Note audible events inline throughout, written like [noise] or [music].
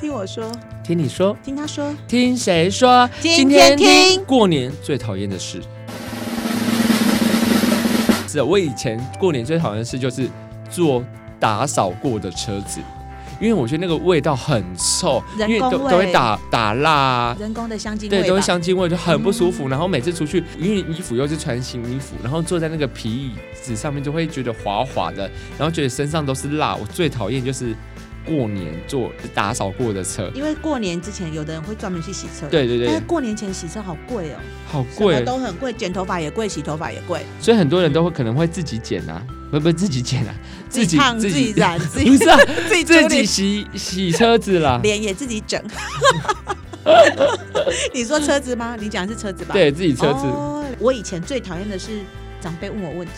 听我说，听你说，听他说，听谁说？今天听过年最讨厌的事。是啊的，我以前过年最讨厌的事就是坐打扫过的车子，因为我觉得那个味道很臭，因人为都工味都会打打蜡、啊。人工的香精味对，吧都会香精味，就很不舒服。然后每次出去，因为衣服又是穿新衣服，然后坐在那个皮椅子上面，就会觉得滑滑的，然后觉得身上都是蜡。我最讨厌就是过年坐打扫过的车。因为过年之前，有的人会专门去洗车，，对对但对是，过年前洗车好贵哦，好什贵么，都很贵，剪头发也贵，洗头发也贵，所以很多人都会可能会自己剪啊，不不自己剪啊，己烫、自己 [laughs] 染、自己不 [laughs] 是啊，自己自处理己洗洗车子啦，脸也自己整。 [laughs] 你说车子吗？你讲的是车子吧？，对自己车子，哦。我以前最讨厌的是长辈问我问题，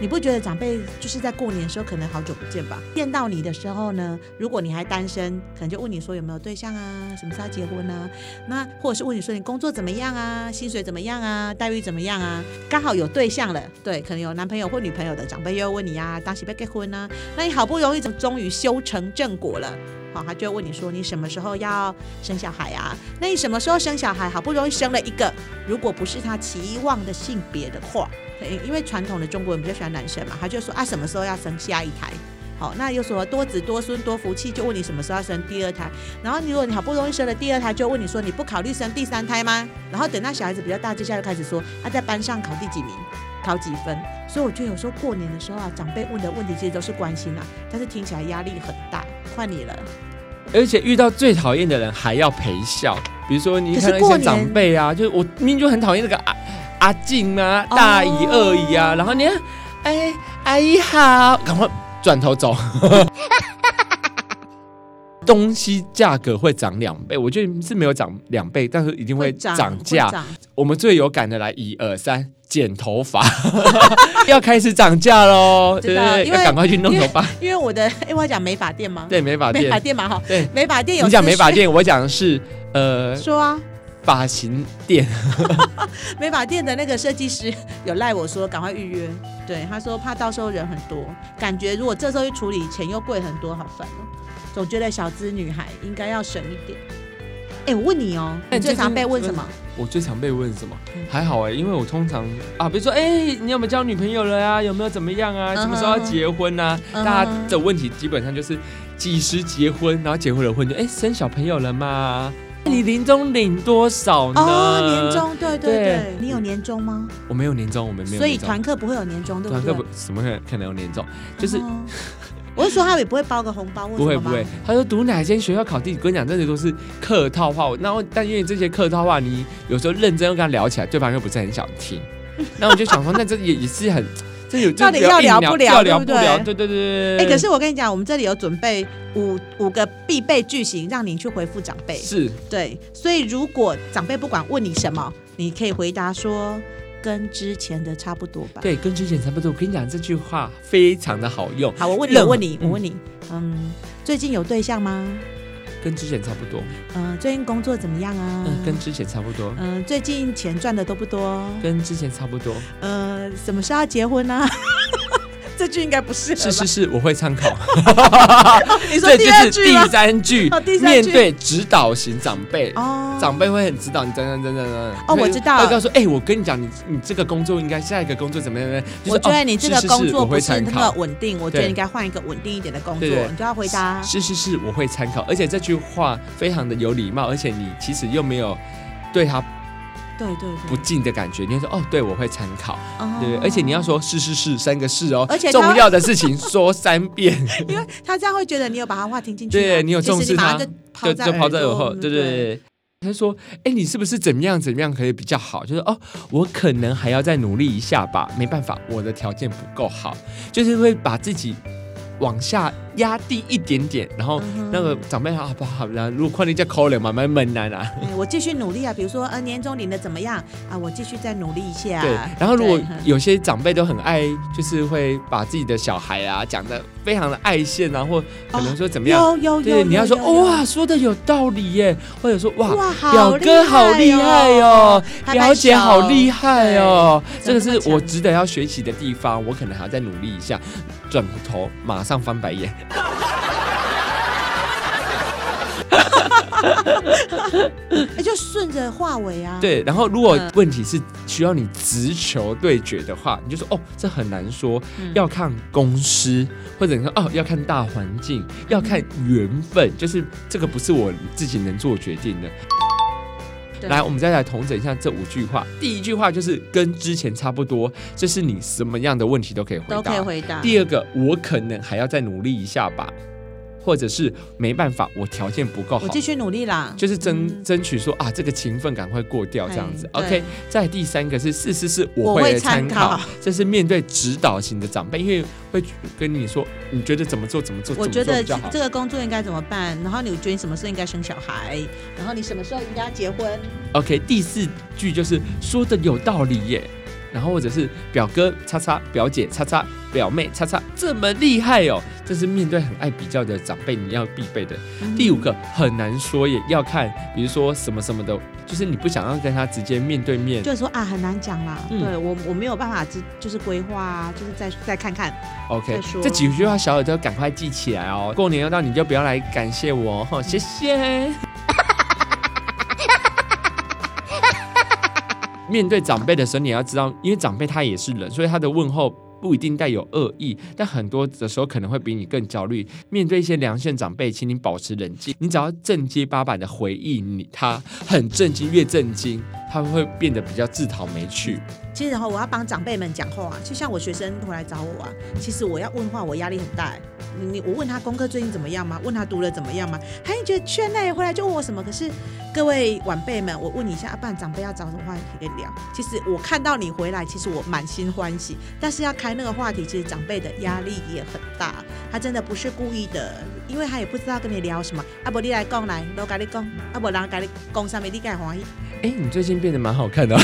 你不觉得长辈就是在过年的时候可能好久不见吧？见到你的时候呢，如果你还单身，可能就问你说有没有对象啊，什么时候要结婚啊？那或者是问你说你工作怎么样啊，薪水怎么样啊，待遇怎么样啊？刚好有对象了，对，可能有男朋友或女朋友的长辈又会问你啊，当时被结婚啊，那你好不容易终终于修成正果了。好，他就会问你说你什么时候要生小孩啊？那你什么时候生小孩？好不容易生了一个，如果不是他期望的性别的话，诶因为传统的中国人比较喜欢男生嘛，他就说啊什么时候要生下一胎。好，那啊有什么多子多孙多福气，就问你什么时候要生第二胎。然后你如果你好不容易生了第二胎，就问你说你不考虑生第三胎吗？然后等到小孩子比较大，接下来就开始说他、啊、在班上考第几名，考几分。所以我觉得有时候过年的时候啊，长辈问的问题其实都是关心啊，但是听起来压力很大。换你了，而且遇到最讨厌的人还要陪笑，比如说你可是看到一哦过些年长辈啊，就是我明明就很讨厌那个阿阿静啊、大姨、哦二姨啊，然后你看，哎，阿姨好，赶快转头走。 [laughs] 东西价格会涨两倍，我觉得是没有涨两倍，但是一定会涨价会。涨我们最有感的来一二三，剪头发 [laughs] 要开始涨价喽，知对道对对，因为要赶快去弄头发。因为我的，哎、我要讲美发店吗？，对，美发美发店，店嘛哈，啊对，美发店有你讲资美发讯店，我讲的是呃说啊，发型店，美发店的那个设计师有赖我说赶快预约，对，他说怕到时候人很多，感觉如果这时候去处理，钱又贵很多，好烦哦。总觉得小资女孩应该要省一点。哎、我问你哦、你那你最最近常被问什么？我最常被问什么嗯？还好哎、因为我通常啊，比如说哎、你有没有交女朋友了啊？有没有怎么样啊？嗯哼什么时候要结婚啊？嗯哼大家的问题基本上就是几时结婚，然后结婚了婚就哎、生小朋友了吗？那你年终领多少呢？哦，年，终，对对对，对你有年终吗？我没有年终，我们没有所以年终。团课不会有年终，对不团对？课不什么可能有年终，就是哦我是说他也不会包个红包或什不会么吗？不会，他说读哪间学校考第几，跟你讲，这些都是客套话。然后但因为这些客套话，你有时候认真跟他聊起来，对方又不是很想 [laughs] 听。那我就想说，那这也也是很，这有到底这比较要聊硬不聊要聊对不不聊？对对对对对。哎、可是我跟你讲，我们这里有准备五五个必备句型，让你去回复长辈。是对，所以如果长辈不管问你什么，你可以回答说跟之前的差不多吧。，对，跟之前差不多。我跟你讲，这句话非常的好用，好，我问你，任我何问你，我嗯问你，嗯，最近有对象吗？跟之前差不多，嗯、最近工作怎么样啊？嗯，跟之前差不多，嗯、最近钱赚的都不多。跟之前差不多。呃，什么时候要结婚呢、啊？ [laughs] 这句应该不是。是是是，我会参考。 [laughs] 你说这第二就是句第吗？三句哦第，三面句对指导型长辈。哦，长辈会很指导你，真真真真真。哦我知道他会告诉哎、我跟你讲，你你这个工作应该下一个工作怎么样？怎么样就是我觉得你哦这个是是工是作我不会是参那考么。稳定，我觉得对你应该换一个稳定一点的工作。对对你就要回答是是是，我会参考，而且这句话非常的有礼貌，而且你其实又没有对他对对不对，敬的感觉，你会说哦，对我会参考，哦对不对？而且你要说是是是三个是哦，而且他重要的事情说三 [laughs] 遍，因为他这样会觉得你有把他话听进去嘛，对你有重其实视马上他就，就抛在就抛在耳耳后，对对。对。他说：“哎、你是不是怎么样怎么样可以比较好？就是哦，我可能还要再努力一下吧，没办法，我的条件不够好，就是会把自己往下压低一点点，然后嗯哼那个长辈说啊，不好啦，如果快点叫口脸嘛，蛮蛮难啊。嗯我继续努力啊，比如说呃年终领的怎么样啊，我继续再努力一下。对，然后如果对 [laughs] 嗯有些长辈都很爱，就是会把自己的小孩啊讲的非常的爱现啊，或可能说怎么样，有哦有有，对，你要说有有哇，说的有道理耶，或者说哇，哇，表哥好厉害哦，表姐好厉害害哦，对这个是怎么那么我强值得要学习的地方，我可能还要再努力一下。嗯转头马上翻白眼。哦。哎，就顺着话尾啊。，对，然后如果嗯问题是需要你直球对决的话，你就说哦，这很难说，嗯要看公司，或者你说哦，要看大环境，嗯要看缘分，就是这个不是我自己能做决定的。对来，我们再来统整一下这五句话。第一句话就是跟之前差不多，这是你什么样的问题都可以回答。都可以回答。第二个，我可能还要再努力一下吧，或者是没办法，我条件不够好我，继续努力啦。就是争、嗯争取说啊，这个勤奋赶快过掉这样子。哎 OK，对再第三个是事实是我我会会来参参考考，这是面对指导型的长辈，因为会跟你说你觉得怎么做怎么做，我怎觉么做得比较好这。个工作应该怎么办？然后你觉得你什么时候应该生小孩？然后你什么时候应该要结婚？ OK，第四句就是说的有道理耶。然后或者是表哥叉叉、表姐叉叉、表妹叉叉，这么厉害哦！这是面对很爱比较的长辈你要必备的嗯第五个很难说，也要看，比如说什么什么的，就是你不想要跟他直接面对面。就是说啊，很难讲啦。嗯对我我没有办法，就就是规划啊，就是再再看看。 OK，再说这几句话小耳朵赶快记起来哦。过年要到，你就不要来感谢我哦， [laughs] 谢谢。面对长辈的时候，你要知道，因为长辈他也是人，所以他的问候。不一定带有恶意，但很多的时候可能会比你更焦虑。面对一些良性长辈，请你保持冷静，你只要正经八百的回应你，他很震惊，越震惊，他会变得比较自讨没趣。其实，然后我要帮长辈们讲话、啊，就像我学生回来找我啊，其实我要问话，我压力很大、欸。你你我问他功课最近怎么样吗？问他读了怎么样吗？还觉得圈内回来就问我什么？可是各位晚辈们，我问你一下，啊、不然长辈要找什么话题可以聊？其实我看到你回来，其实我满心欢喜，但是要开那个话题，其实长辈的压力也很大，他真的不是故意的，因为他也不知道跟你聊什么。阿、啊、伯你来讲来，我跟你讲，阿伯人跟你讲上面你该欢喜。哎，你最近变得蛮 [laughs] 好看的、哦。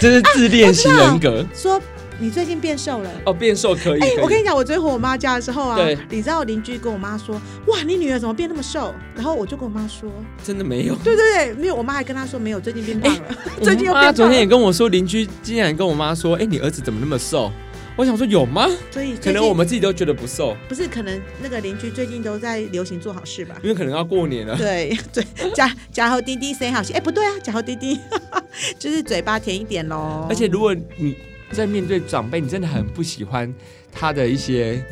这是自恋型人格、说你最近变瘦了。哦，变瘦可以。哎、可以我跟你讲，我昨天回我妈家的时候啊对，你知道我邻居跟我妈说，哇，你女儿怎么变那么瘦？然后我就跟我妈说，真的没有。对对对，没有，我妈还跟她说没有，最近变胖了， [laughs] 最近又哎我妈变啊昨胖天也了。跟我说，邻居竟然跟我妈说：“哎、你儿子怎么那么瘦？”我想说有吗？所以可最能我近们自己都觉得不瘦，？不是可能那个邻居最近都在流行做好事吧因为可能要过年了。对对，加加后滴滴谁好心？哎、不对啊，加后滴滴， [laughs] 就是嘴巴甜一点喽。而且如果你在面对长辈，你真的很不喜欢他的一些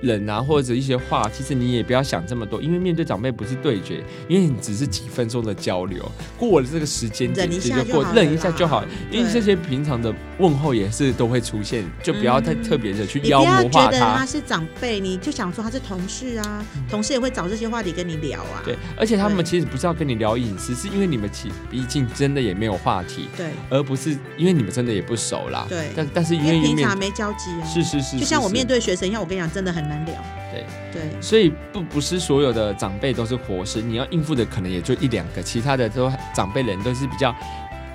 人啊，或者一些话，其实你也不要想这么多，因为面对长辈不是对决，因为你只是几分钟的交流，过了这个时间点忍一其下实就过就，好了忍一下就好啦。因为对啊这些平常的问候也是都会出现，就不要太嗯特别的去你妖不要魔觉化得他他。是长辈，你就想说他是同事啊，同事也会找这些话题跟你聊啊。嗯对，而且他们对其实不是要跟你聊隐私，是因为你们其毕竟真的也没有话题，对而不是因为你们真的也不熟啦。对但但是因因为为面平常没交集啊。是是是是，就像我是面对学生一样，我跟你讲，真的很难聊。对嗯对，所以不不是所有的长辈都是活尸，你要应付的可能也就一两个，其他的都长辈人都是比较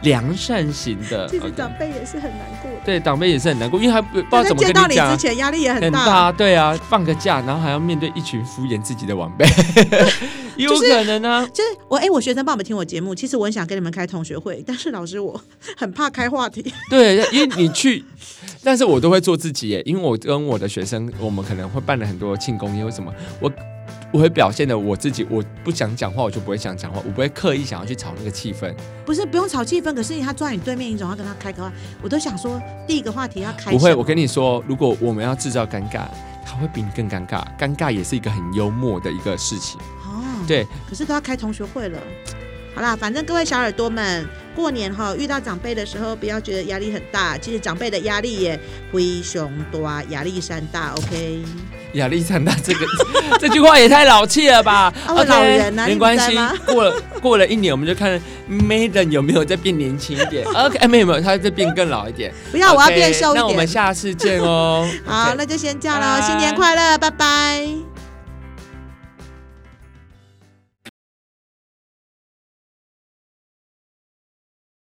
良善型的。其实 OK 长辈也是很难过的。对长辈也是很难过，因为他不不知道怎么在见跟到你你讲之啊。前压力也很很大，大，对啊，放个假，然后还要面对一群敷衍自己的晚 [laughs] 辈， [laughs] 有就是可能啊。就是我哎、我学生帮我们听我节目，其实我很想跟你们开同学会，但是老师我很怕开话题。 [laughs] 对，因为你去， [laughs] 但是我都会做自己耶，因为我跟我的学生，我们可能会办了很多庆功宴，为什么我？我会表现的我自己，我不想讲话，我就不会想讲话，我不会刻意想要去炒那个气氛。不是不用炒气氛，可是他坐在你对面，你总要跟他开个话，我都想说第一个话题要开什么。哦不会，我跟你说，如果我们要制造尴尬，他会比你更尴尬。尴尬也是一个很幽默的一个事情。哦，对，可是都要开同学会了。好啦，反正各位小耳朵们，过年哈遇到长辈的时候，不要觉得压力很大，其实长辈的压力也灰熊多，压力山大。OK，亚历山大这个 [laughs] 这句话也太老气了 [laughs] 吧？啊我 OK，老人啊没你关不在系吗，过了过了一年，我们就看 Maiden 有没有再变年轻一点。OK，哎没有没有，他再变更老一点。不 [laughs] 要，我要 OK，变瘦一那我点们。下次见哦 [laughs] 。好， OK 那就先这样了，拜新年快乐，拜拜。